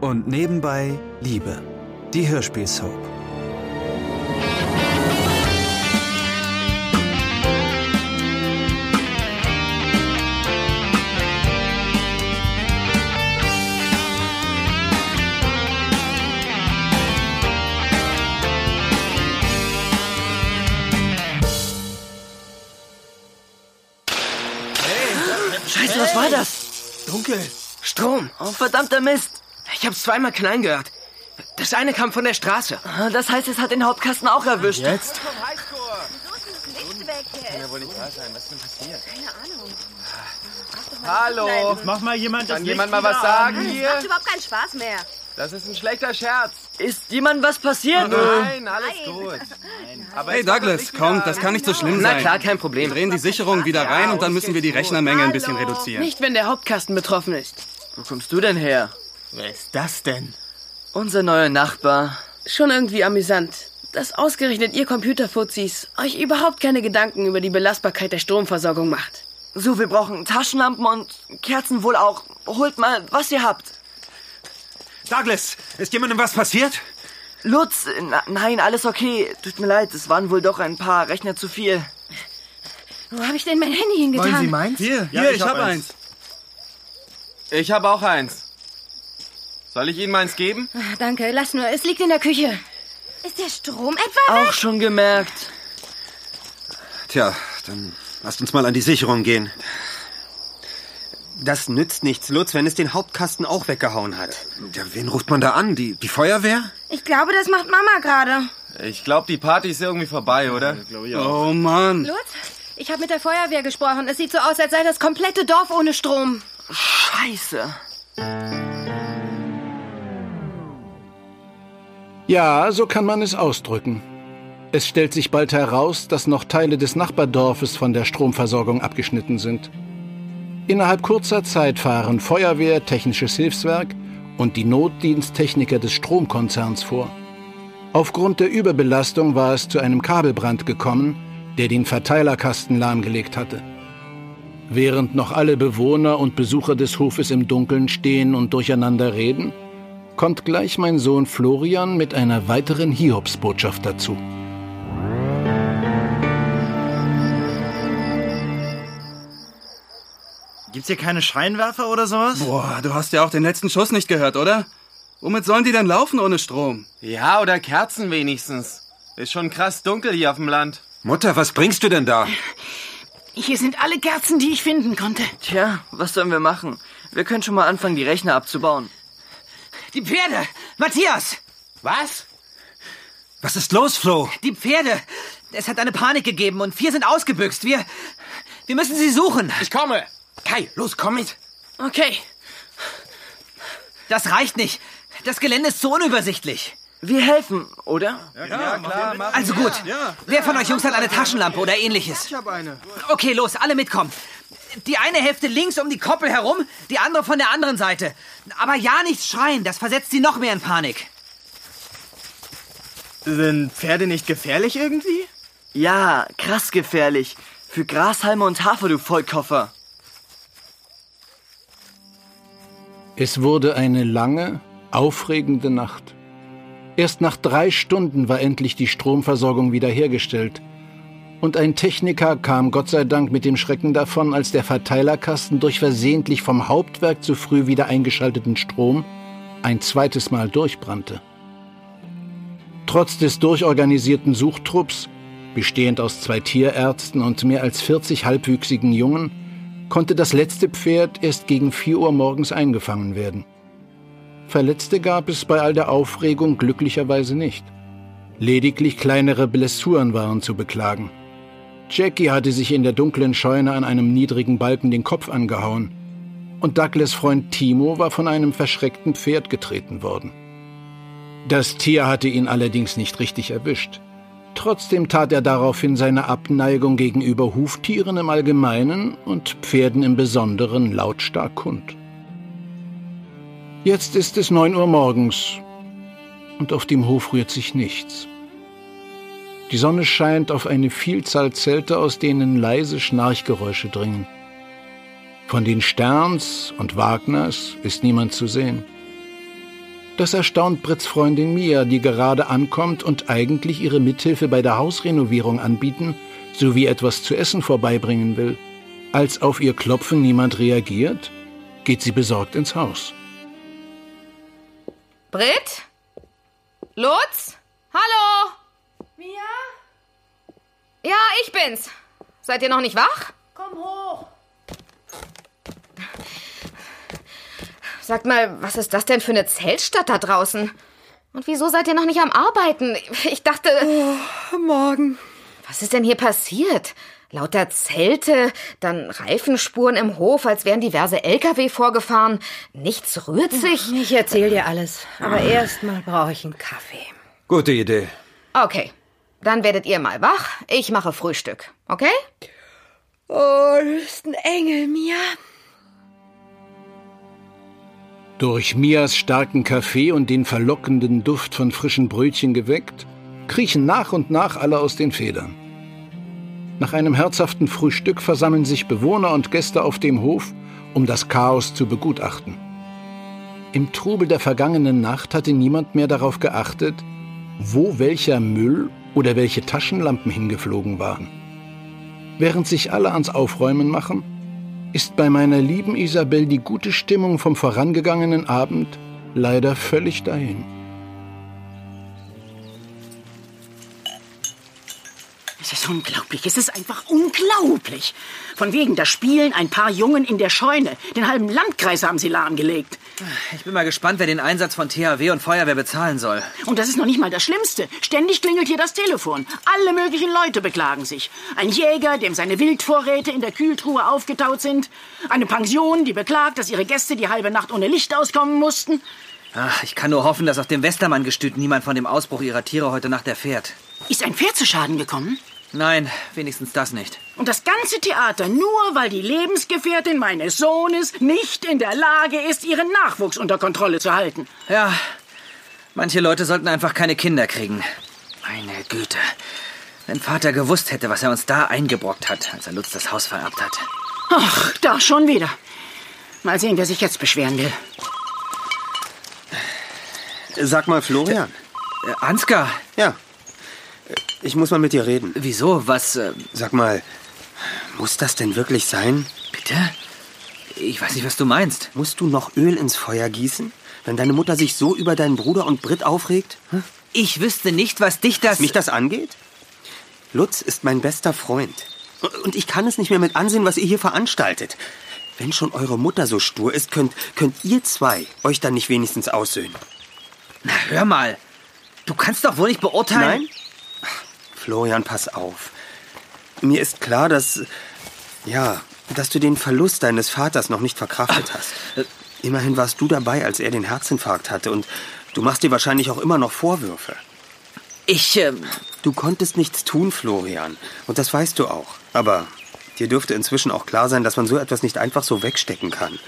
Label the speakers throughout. Speaker 1: Und nebenbei Liebe, die Hörspielsoap.
Speaker 2: Scheiße, was war das?
Speaker 3: Dunkel.
Speaker 2: Strom.
Speaker 3: Oh, verdammter Mist.
Speaker 4: Ich hab's zweimal knallen gehört. Das eine kam von der Straße.
Speaker 2: Ah, Das heißt, es hat den Hauptkasten auch erwischt.
Speaker 3: Jetzt?
Speaker 5: Wieso ist dieses Licht weg? Kann ja wohl nicht wahr sein. Was ist denn passiert? Keine Ahnung.
Speaker 4: Hallo.
Speaker 3: Mach mal jemand das
Speaker 4: Kann
Speaker 3: Licht
Speaker 4: jemand mal
Speaker 3: wieder
Speaker 4: was
Speaker 3: an.
Speaker 4: sagen
Speaker 5: Das
Speaker 4: hier?
Speaker 5: macht überhaupt keinen Spaß mehr.
Speaker 4: Das ist ein schlechter Scherz.
Speaker 2: Ist jemandem was passiert?
Speaker 6: Hm.
Speaker 4: Nein, alles
Speaker 5: Nein.
Speaker 4: gut. Aber
Speaker 7: Hey
Speaker 4: jetzt kommt
Speaker 7: Douglas,
Speaker 4: Licht
Speaker 7: komm,
Speaker 4: wieder
Speaker 7: das
Speaker 4: an.
Speaker 7: kann nicht so schlimm
Speaker 4: Na
Speaker 7: sein.
Speaker 4: klar, kein
Speaker 7: Wir
Speaker 4: Problem.
Speaker 7: drehen die Sicherung wieder rein und dann müssen wir die Rechnermenge ein bisschen reduzieren.
Speaker 8: Nicht, wenn der Hauptkasten betroffen ist.
Speaker 2: Wo kommst du denn her?
Speaker 3: Wer ist das denn?
Speaker 2: Unser neuer Nachbar.
Speaker 8: Schon irgendwie amüsant, dass ausgerechnet ihr Computerfuzis euch überhaupt keine Gedanken über die Belastbarkeit der Stromversorgung macht.
Speaker 2: So, wir brauchen Taschenlampen und Kerzen wohl auch. Holt mal, was ihr habt.
Speaker 7: Douglas, ist jemandem was passiert?
Speaker 2: Lutz, na, nein, alles okay. Tut mir leid, es waren wohl doch ein paar Rechner zu viel.
Speaker 5: Wo habe ich denn mein Handy hingetan?
Speaker 3: Wollen Sie meins?
Speaker 7: Hier,
Speaker 3: Ja,
Speaker 7: hier,
Speaker 3: ich
Speaker 7: ich
Speaker 3: hab
Speaker 7: hab eins.
Speaker 4: Ich habe auch eins. Soll ich Ihnen meins geben?
Speaker 5: Ah, Danke, lass nur. Es liegt in der Küche. Ist der Strom etwa?
Speaker 2: Auch schon gemerkt.
Speaker 7: Tja, dann lasst uns mal an die Sicherung gehen.
Speaker 6: Das nützt nichts, Lutz, wenn es den Hauptkasten auch weggehauen hat.
Speaker 7: Ja, wen ruft man da an? Die, die Feuerwehr?
Speaker 5: Ich glaube, das macht Mama gerade.
Speaker 4: Ich glaube, die Party ist irgendwie vorbei, oder?
Speaker 7: Oh Mann.
Speaker 5: Lutz, ich habe mit der Feuerwehr gesprochen. Es sieht so aus, als sei das komplette Dorf ohne Strom.
Speaker 2: Scheiße.
Speaker 9: Ja, so kann man es ausdrücken. Es stellt sich bald heraus, dass noch Teile des Nachbardorfes von der Stromversorgung abgeschnitten sind. Innerhalb kurzer Zeit fahren Feuerwehr, technisches Hilfswerk und die Notdiensttechniker des Stromkonzerns vor. Aufgrund der Überbelastung war es zu einem Kabelbrand gekommen, der den Verteilerkasten lahmgelegt hatte. Während noch alle Bewohner und Besucher des Hofes im Dunkeln stehen und durcheinander reden, kommt gleich mein Sohn Florian mit einer weiteren Hiobsbotschaft dazu.
Speaker 3: Gibt's hier keine Scheinwerfer oder sowas?
Speaker 7: Boah, du hast ja auch den letzten Schuss nicht gehört, oder? Womit sollen die denn laufen ohne Strom?
Speaker 4: Ja, oder Kerzen wenigstens. Ist schon krass dunkel hier auf dem Land.
Speaker 6: Mutter, was bringst du denn da?
Speaker 8: Hier sind alle Kerzen, die ich finden konnte.
Speaker 2: Tja, was sollen wir machen? Wir können schon mal anfangen, die Rechner abzubauen.
Speaker 4: Die Pferde! Matthias! Was?
Speaker 6: Was ist los, Flo?
Speaker 4: Die Pferde! Es hat eine Panik gegeben und vier sind ausgebüxt. Wir. Wir müssen sie suchen. Ich komme! Kai, los, komm mit!
Speaker 8: Okay,
Speaker 4: Das reicht nicht. Das Gelände ist zu unübersichtlich.
Speaker 2: Wir helfen, oder?
Speaker 4: Also gut. Wer von euch Jungs hat eine Taschenlampe oder ähnliches? Ich habe eine. Okay, los, alle mitkommen. Die eine Hälfte links um die Koppel herum, die andere von der anderen Seite. Aber ja nicht schreien, das versetzt sie noch mehr in Panik.
Speaker 3: Sind Pferde nicht gefährlich irgendwie?
Speaker 2: Ja, krass gefährlich. Für Grashalme und Hafer, du Vollkoffer.
Speaker 9: Es wurde eine lange, aufregende Nacht. Erst nach drei Stunden war endlich die Stromversorgung wiederhergestellt. Und ein Techniker kam Gott sei Dank mit dem Schrecken davon, als der Verteilerkasten durch versehentlich vom Hauptwerk zu früh wieder eingeschalteten Strom ein zweites Mal durchbrannte. Trotz des durchorganisierten Suchtrupps, bestehend aus zwei Tierärzten und mehr als 40 halbwüchsigen Jungen, konnte das letzte Pferd erst gegen 4 Uhr morgens eingefangen werden. Verletzte gab es bei all der Aufregung glücklicherweise nicht. Lediglich kleinere Blessuren waren zu beklagen. Jackie hatte sich in der dunklen Scheune an einem niedrigen Balken den Kopf angehauen und Douglas Freund Timo war von einem verschreckten Pferd getreten worden. Das Tier hatte ihn allerdings nicht richtig erwischt. Trotzdem tat er daraufhin seine Abneigung gegenüber Huftieren im Allgemeinen und Pferden im Besonderen lautstark kund. Jetzt ist es 9 Uhr morgens und auf dem Hof rührt sich nichts. Die Sonne scheint auf eine Vielzahl Zelte, aus denen leise Schnarchgeräusche dringen. Von den Sterns und Wagners ist niemand zu sehen. Das erstaunt Britts Freundin Mia, die gerade ankommt und eigentlich ihre Mithilfe bei der Hausrenovierung anbieten sowie etwas zu essen vorbeibringen will. Als auf ihr Klopfen niemand reagiert, geht sie besorgt ins Haus.
Speaker 5: Britt? Lutz? Hallo?
Speaker 10: Mia?
Speaker 5: Ja, ich bin's. Seid ihr noch nicht wach?
Speaker 10: Komm hoch!
Speaker 5: Sagt mal, was ist das denn für eine Zeltstadt da draußen? Und wieso seid ihr noch nicht am Arbeiten? Ich dachte.
Speaker 11: morgen.
Speaker 5: Was ist denn hier passiert? Lauter Zelte, dann Reifenspuren im Hof, als wären diverse LKW vorgefahren. Nichts rührt sich.
Speaker 11: Ich erzähl dir alles. Aber erstmal brauche ich einen Kaffee.
Speaker 6: Gute Idee.
Speaker 5: Okay, dann werdet ihr mal wach. Ich mache Frühstück, okay?
Speaker 11: Oh, du bist ein Engel, Mia.
Speaker 9: Durch Mias starken Kaffee und den verlockenden Duft von frischen Brötchen geweckt, kriechen nach und nach alle aus den Federn. Nach einem herzhaften Frühstück versammeln sich Bewohner und Gäste auf dem Hof, um das Chaos zu begutachten. Im Trubel der vergangenen Nacht hatte niemand mehr darauf geachtet, wo welcher Müll oder welche Taschenlampen hingeflogen waren. Während sich alle ans Aufräumen machen, ist bei meiner lieben Isabel die gute Stimmung vom vorangegangenen Abend leider völlig dahin.
Speaker 2: Es ist unglaublich, es ist einfach unglaublich. Von wegen, da spielen ein paar Jungen in der Scheune. Den halben Landkreis haben sie lahmgelegt.
Speaker 7: Ich bin mal gespannt, wer den Einsatz von THW und Feuerwehr bezahlen soll.
Speaker 2: Und das ist noch nicht mal das Schlimmste. Ständig klingelt hier das Telefon. Alle möglichen Leute beklagen sich. Ein Jäger, dem seine Wildvorräte in der Kühltruhe aufgetaut sind. Eine Pension, die beklagt, dass ihre Gäste die halbe Nacht ohne Licht auskommen mussten.
Speaker 7: Ach, ich kann nur hoffen, dass auf dem Westermann-Gestüt niemand von dem Ausbruch ihrer Tiere heute Nacht erfährt.
Speaker 2: Ist ein Pferd zu Schaden gekommen?
Speaker 7: Nein, wenigstens das nicht.
Speaker 2: Und das ganze Theater nur, weil die Lebensgefährtin meines Sohnes nicht in der Lage ist, ihren Nachwuchs unter Kontrolle zu halten.
Speaker 7: Ja, manche Leute sollten einfach keine Kinder kriegen.
Speaker 2: Meine Güte.
Speaker 7: Wenn Vater gewusst hätte, was er uns da eingebrockt hat, als er Lutz das Haus vererbt hat.
Speaker 2: Ach, da schon wieder. Mal sehen, wer sich jetzt beschweren will.
Speaker 6: Sag mal, Florian.
Speaker 7: Äh, Ansgar,
Speaker 6: Ja. Ich muss mal mit dir reden.
Speaker 7: wieso? Was? Äh,
Speaker 6: Sag mal, muss das denn wirklich sein?
Speaker 7: bitte? Ich weiß nicht, was du meinst.
Speaker 6: Musst du noch Öl ins Feuer gießen, wenn deine Mutter sich so über deinen Bruder und Britt aufregt? Hm?
Speaker 7: Ich wüsste nicht, was dich das.
Speaker 6: Was mich das angeht? Lutz ist mein bester Freund. Und ich kann es nicht mehr mit ansehen, was ihr hier veranstaltet. Wenn schon eure Mutter so stur ist, könnt, könnt ihr zwei euch dann nicht wenigstens aussöhnen.
Speaker 7: Na, hör mal. Du kannst doch wohl nicht beurteilen.
Speaker 6: Nein? Florian, pass auf. Mir ist klar, dass. Ja, dass du den Verlust deines Vaters noch nicht
Speaker 7: Ah.
Speaker 6: verkraftet hast. Immerhin warst du dabei, als er den Herzinfarkt hatte. Und du machst dir wahrscheinlich auch immer noch Vorwürfe.
Speaker 7: Ich. ähm,
Speaker 6: Du konntest nichts tun, Florian. Und das weißt du auch. Aber dir dürfte inzwischen auch klar sein, dass man so etwas nicht einfach so wegstecken kann.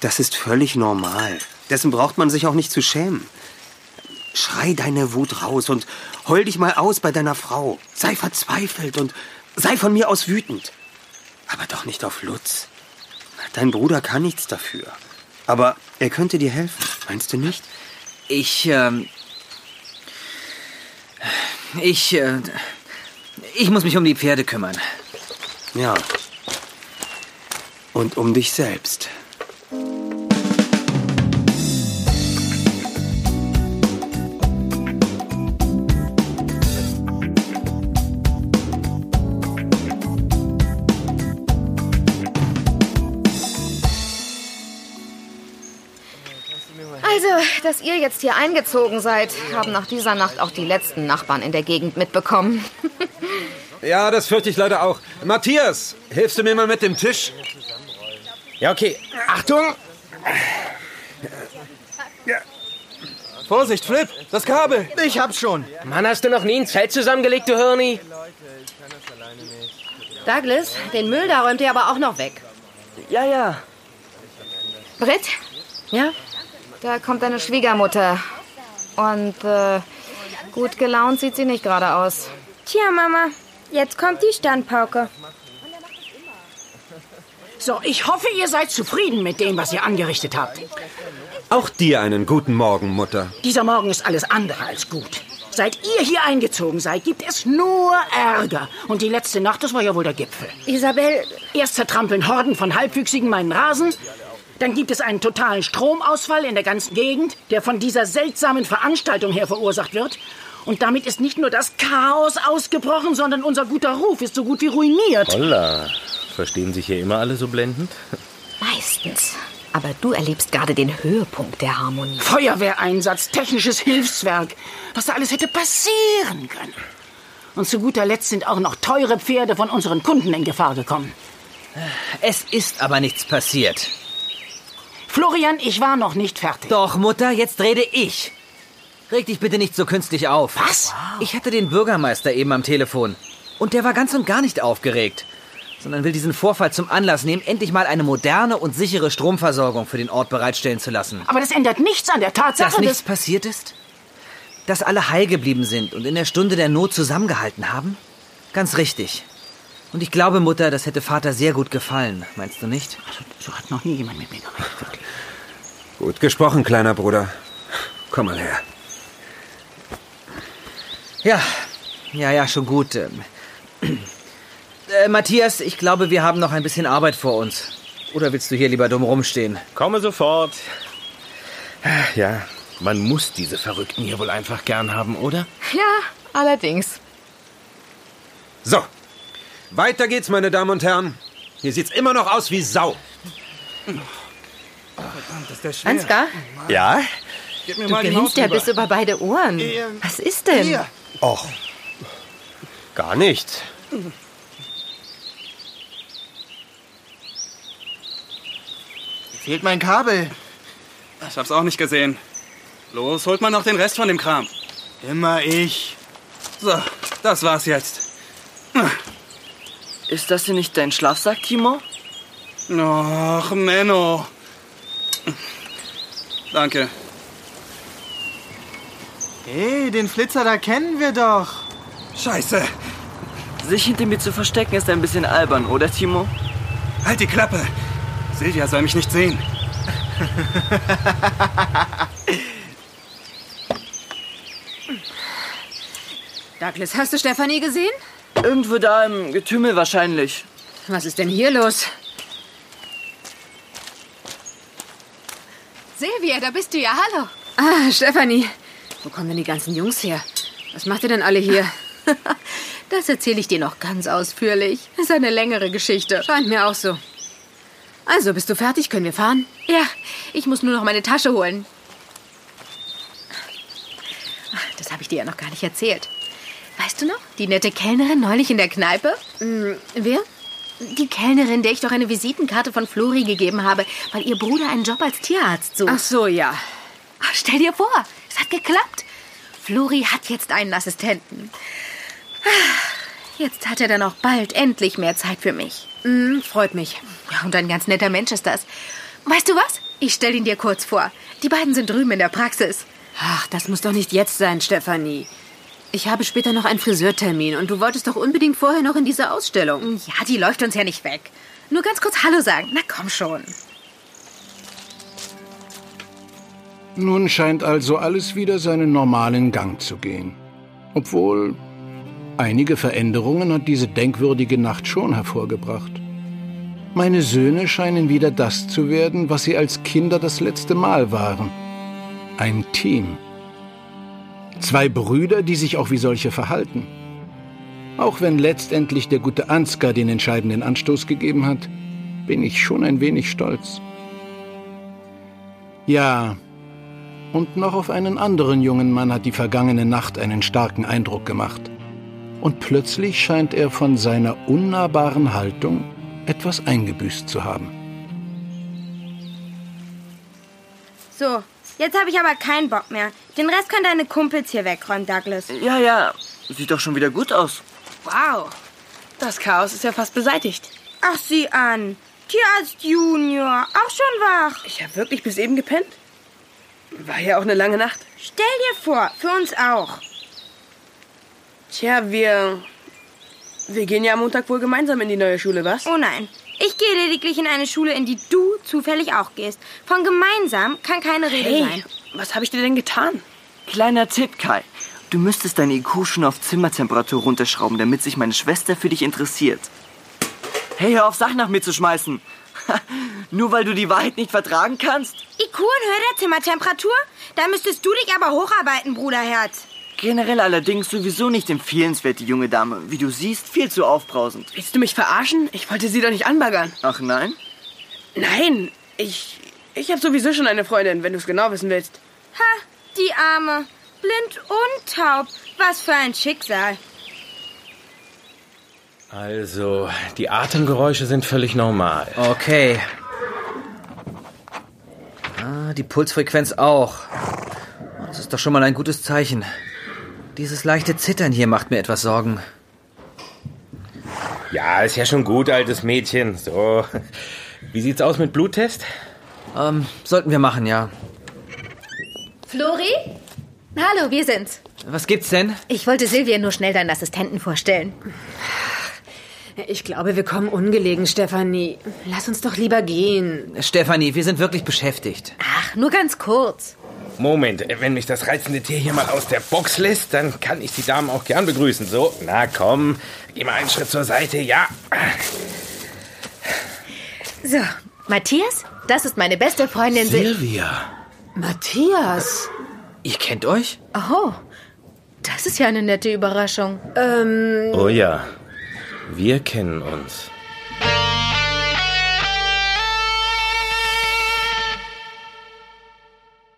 Speaker 6: Das ist völlig normal. Dessen braucht man sich auch nicht zu schämen. Schrei deine Wut raus und heul dich mal aus bei deiner Frau. Sei verzweifelt und sei von mir aus wütend. Aber doch nicht auf Lutz. Dein Bruder kann nichts dafür. Aber er könnte dir helfen, meinst du nicht?
Speaker 7: ich. Ähm, ich. Äh, ich muss mich um die Pferde kümmern.
Speaker 6: Ja. Und um dich selbst.
Speaker 5: Also, dass ihr jetzt hier eingezogen seid, haben nach dieser Nacht auch die letzten Nachbarn in der Gegend mitbekommen.
Speaker 1: Ja, das fürchte ich leider auch. Matthias, hilfst du mir mal mit dem Tisch? Ja, okay. Achtung!
Speaker 12: Vorsicht, Flip, das Kabel.
Speaker 13: Ich hab's schon.
Speaker 4: Mann, hast du noch nie ein Zelt zusammengelegt, du Hirni?
Speaker 10: Douglas, den Müll da räumt ihr aber auch noch weg.
Speaker 13: Ja, ja.
Speaker 5: Britt,
Speaker 11: Ja?
Speaker 5: da kommt deine Schwiegermutter. Und äh, gut gelaunt sieht sie nicht gerade aus.
Speaker 10: Tja, Mama, jetzt kommt die Standpauke.
Speaker 2: So, ich hoffe, ihr seid zufrieden mit dem, was ihr angerichtet habt.
Speaker 14: Auch dir einen guten Morgen, Mutter.
Speaker 15: Dieser Morgen ist alles andere als gut. Seit ihr hier eingezogen seid, gibt es nur Ärger. Und die letzte Nacht, das war ja wohl der Gipfel. Isabel... Erst zertrampeln Horden von Halbwüchsigen meinen Rasen. Dann gibt es einen totalen Stromausfall in der ganzen Gegend, der von dieser seltsamen Veranstaltung her verursacht wird. Und damit ist nicht nur das Chaos ausgebrochen, sondern unser guter Ruf ist so gut wie ruiniert.
Speaker 16: Holla. Verstehen sich hier immer alle so blendend?
Speaker 4: Meistens. Aber du erlebst gerade den Höhepunkt der Harmonie.
Speaker 15: Feuerwehreinsatz, technisches Hilfswerk. Was da alles hätte passieren können. Und zu guter Letzt sind auch noch teure Pferde von unseren Kunden in Gefahr gekommen.
Speaker 7: Es ist aber nichts passiert.
Speaker 15: Florian, ich war noch nicht fertig.
Speaker 7: Doch, Mutter, jetzt rede ich. Reg dich bitte nicht so künstlich auf. Was? Ich hatte den Bürgermeister eben am Telefon. Und der war ganz und gar nicht aufgeregt. Sondern will diesen Vorfall zum Anlass nehmen, endlich mal eine moderne und sichere Stromversorgung für den Ort bereitstellen zu lassen.
Speaker 15: Aber das ändert nichts an der Tatsache,
Speaker 7: Dass nichts
Speaker 15: dass...
Speaker 7: passiert ist? Dass alle heil geblieben sind und in der Stunde der Not zusammengehalten haben? Ganz richtig. Und ich glaube, Mutter, das hätte Vater sehr gut gefallen. Meinst du nicht?
Speaker 15: Also, So hat noch nie jemand mit mir geredet.
Speaker 14: Gut gesprochen, kleiner Bruder. Komm mal her.
Speaker 7: Ja, ja, ja, schon gut. Ähm, Äh, Matthias, ich glaube, wir haben noch ein bisschen Arbeit vor uns. Oder willst du hier lieber dumm rumstehen?
Speaker 16: Komme sofort. Ja, man muss diese Verrückten hier wohl einfach gern haben, oder?
Speaker 4: Ja, allerdings.
Speaker 14: So, weiter geht's, meine Damen und Herren. Hier sieht's immer noch aus wie Sau.
Speaker 17: Verdammt, ist der schwer.
Speaker 4: Ansgar,
Speaker 14: Ja?
Speaker 17: Gib mir
Speaker 4: du
Speaker 17: mal die
Speaker 4: gewinnst ja
Speaker 17: Hausnummer.
Speaker 4: bis über beide Ohren. Was ist denn?
Speaker 17: hier.
Speaker 14: Och, gar nicht.
Speaker 17: Fehlt mein Kabel. Ich hab's auch nicht gesehen. Los, holt mal noch den Rest von dem Kram. Immer ich. So, das war's jetzt.
Speaker 2: Ist das hier nicht dein Schlafsack, Timo?
Speaker 17: Ach, Menno. Danke.
Speaker 3: Hey, den Flitzer da kennen wir doch.
Speaker 17: Scheiße.
Speaker 2: Sich hinter mir zu verstecken ist ein bisschen albern, oder, Timo?
Speaker 17: Halt die Klappe. Silvia soll mich nicht sehen.
Speaker 5: Douglas, hast du Stefanie gesehen?
Speaker 2: Irgendwo da im Getümmel wahrscheinlich.
Speaker 5: Was ist denn hier los? Silvia, da bist du ja. Hallo. Ah, Stefanie. Wo kommen denn die ganzen Jungs her? Was macht ihr denn alle hier? das erzähle ich dir noch ganz ausführlich. Ist eine längere Geschichte. Scheint mir auch so. Also, bist du fertig? Können wir fahren? Ja, ich muss nur noch meine Tasche holen. Ach, Das habe ich dir ja noch gar nicht erzählt. Weißt du noch, die nette Kellnerin neulich in der Kneipe? Hm, wer? Die Kellnerin, der ich doch eine Visitenkarte von Flori gegeben habe, weil ihr Bruder einen Job als Tierarzt sucht. Ach so, ja. stell dir vor, es hat geklappt. Flori hat jetzt einen Assistenten. Ah, Jetzt hat er dann auch bald endlich mehr Zeit für mich. Hm, freut mich. Ja, und ein ganz netter Mensch ist das. Weißt du was? Ich stell ihn dir kurz vor. Die beiden sind drüben in der Praxis.
Speaker 18: Ach, das muss doch nicht jetzt sein, Stefanie. Ich habe später noch einen Friseurtermin und du wolltest doch unbedingt vorher noch in diese Ausstellung.
Speaker 5: Ja, die läuft uns ja nicht weg. Nur ganz kurz Hallo sagen. Na komm schon.
Speaker 9: Nun scheint also alles wieder seinen normalen Gang zu gehen. Obwohl einige Veränderungen hat diese denkwürdige Nacht schon hervorgebracht. Meine Söhne scheinen wieder das zu werden, was sie als Kinder das letzte Mal waren. Ein Team. Zwei Brüder, die sich auch wie solche verhalten. Auch wenn letztendlich der gute Ansgar den entscheidenden Anstoß gegeben hat, bin ich schon ein wenig stolz. Ja, und noch auf einen anderen jungen Mann hat die vergangene Nacht einen starken Eindruck gemacht. Und plötzlich scheint er von seiner unnahbaren Haltung etwas eingebüßt zu haben.
Speaker 19: So, jetzt habe ich aber keinen Bock mehr. Den Rest können deine Kumpels hier wegräumen, Douglas.
Speaker 2: Ja, ja. Sieht doch schon wieder gut aus.
Speaker 8: Wow. Das Chaos ist ja fast beseitigt.
Speaker 19: Ach, sieh an. Tierarzt Junior, auch schon wach.
Speaker 8: Ich habe wirklich bis eben gepennt. War ja auch eine lange Nacht.
Speaker 19: Stell dir vor, für uns auch.
Speaker 8: Tja, wir. Wir gehen ja am Montag wohl gemeinsam in die neue Schule, was?
Speaker 19: Oh nein.
Speaker 5: Ich gehe lediglich in eine Schule, in die du zufällig auch gehst. Von gemeinsam kann keine Rede
Speaker 2: Hey,
Speaker 5: sein.
Speaker 2: was habe ich dir denn getan? Kleiner Tipp, Kai. Du müsstest deine IQ schon auf Zimmertemperatur runterschrauben, damit sich meine Schwester für dich interessiert. Hey, hör auf, Sachen nach mir zu schmeißen. Nur weil du die Wahrheit nicht vertragen kannst?
Speaker 5: IQ in Höhe der Zimmertemperatur? Da müsstest du dich aber hocharbeiten, Bruderherz.
Speaker 2: Generell allerdings sowieso nicht empfehlenswert, die junge Dame. Wie du siehst, viel zu aufbrausend.
Speaker 4: Willst du mich verarschen? Ich wollte sie doch nicht anbaggern.
Speaker 2: Ach nein?
Speaker 4: Nein, Hm, ich. Ich habe sowieso schon eine Freundin, wenn du es genau wissen willst.
Speaker 5: Ha, die Arme. Blind und taub. Was für ein Schicksal.
Speaker 15: Also, die Atemgeräusche sind völlig normal.
Speaker 7: Okay. Ah, die Pulsfrequenz auch. Das ist doch schon mal ein gutes Zeichen. Dieses leichte Zittern hier macht mir etwas Sorgen.
Speaker 15: Ja, Ah, ist ja schon gut, altes Mädchen. So. Wie sieht's aus mit Bluttest?
Speaker 7: Ähm, sollten wir machen, ja.
Speaker 20: Flori? Hallo, wir sind's.
Speaker 7: Was gibt's denn?
Speaker 20: Ich wollte Silvia nur schnell deinen Assistenten vorstellen.
Speaker 21: Ich glaube, wir kommen ungelegen, Stefanie. Lass uns doch lieber gehen.
Speaker 7: Stefanie, wir sind wirklich beschäftigt.
Speaker 20: Ach, nur ganz kurz.
Speaker 15: Moment, wenn mich das reizende Tier hier mal aus der Box lässt, dann kann ich die Damen auch gern begrüßen. So, na komm, geh mal einen Schritt zur Seite, ja.
Speaker 20: So, Matthias, das ist meine beste Freundin Sil.
Speaker 15: Silvia.
Speaker 21: Matthias.
Speaker 7: Ihr kennt euch?
Speaker 20: Oh, das ist ja eine nette Überraschung.
Speaker 21: Ähm.
Speaker 15: Oh ja, wir kennen uns.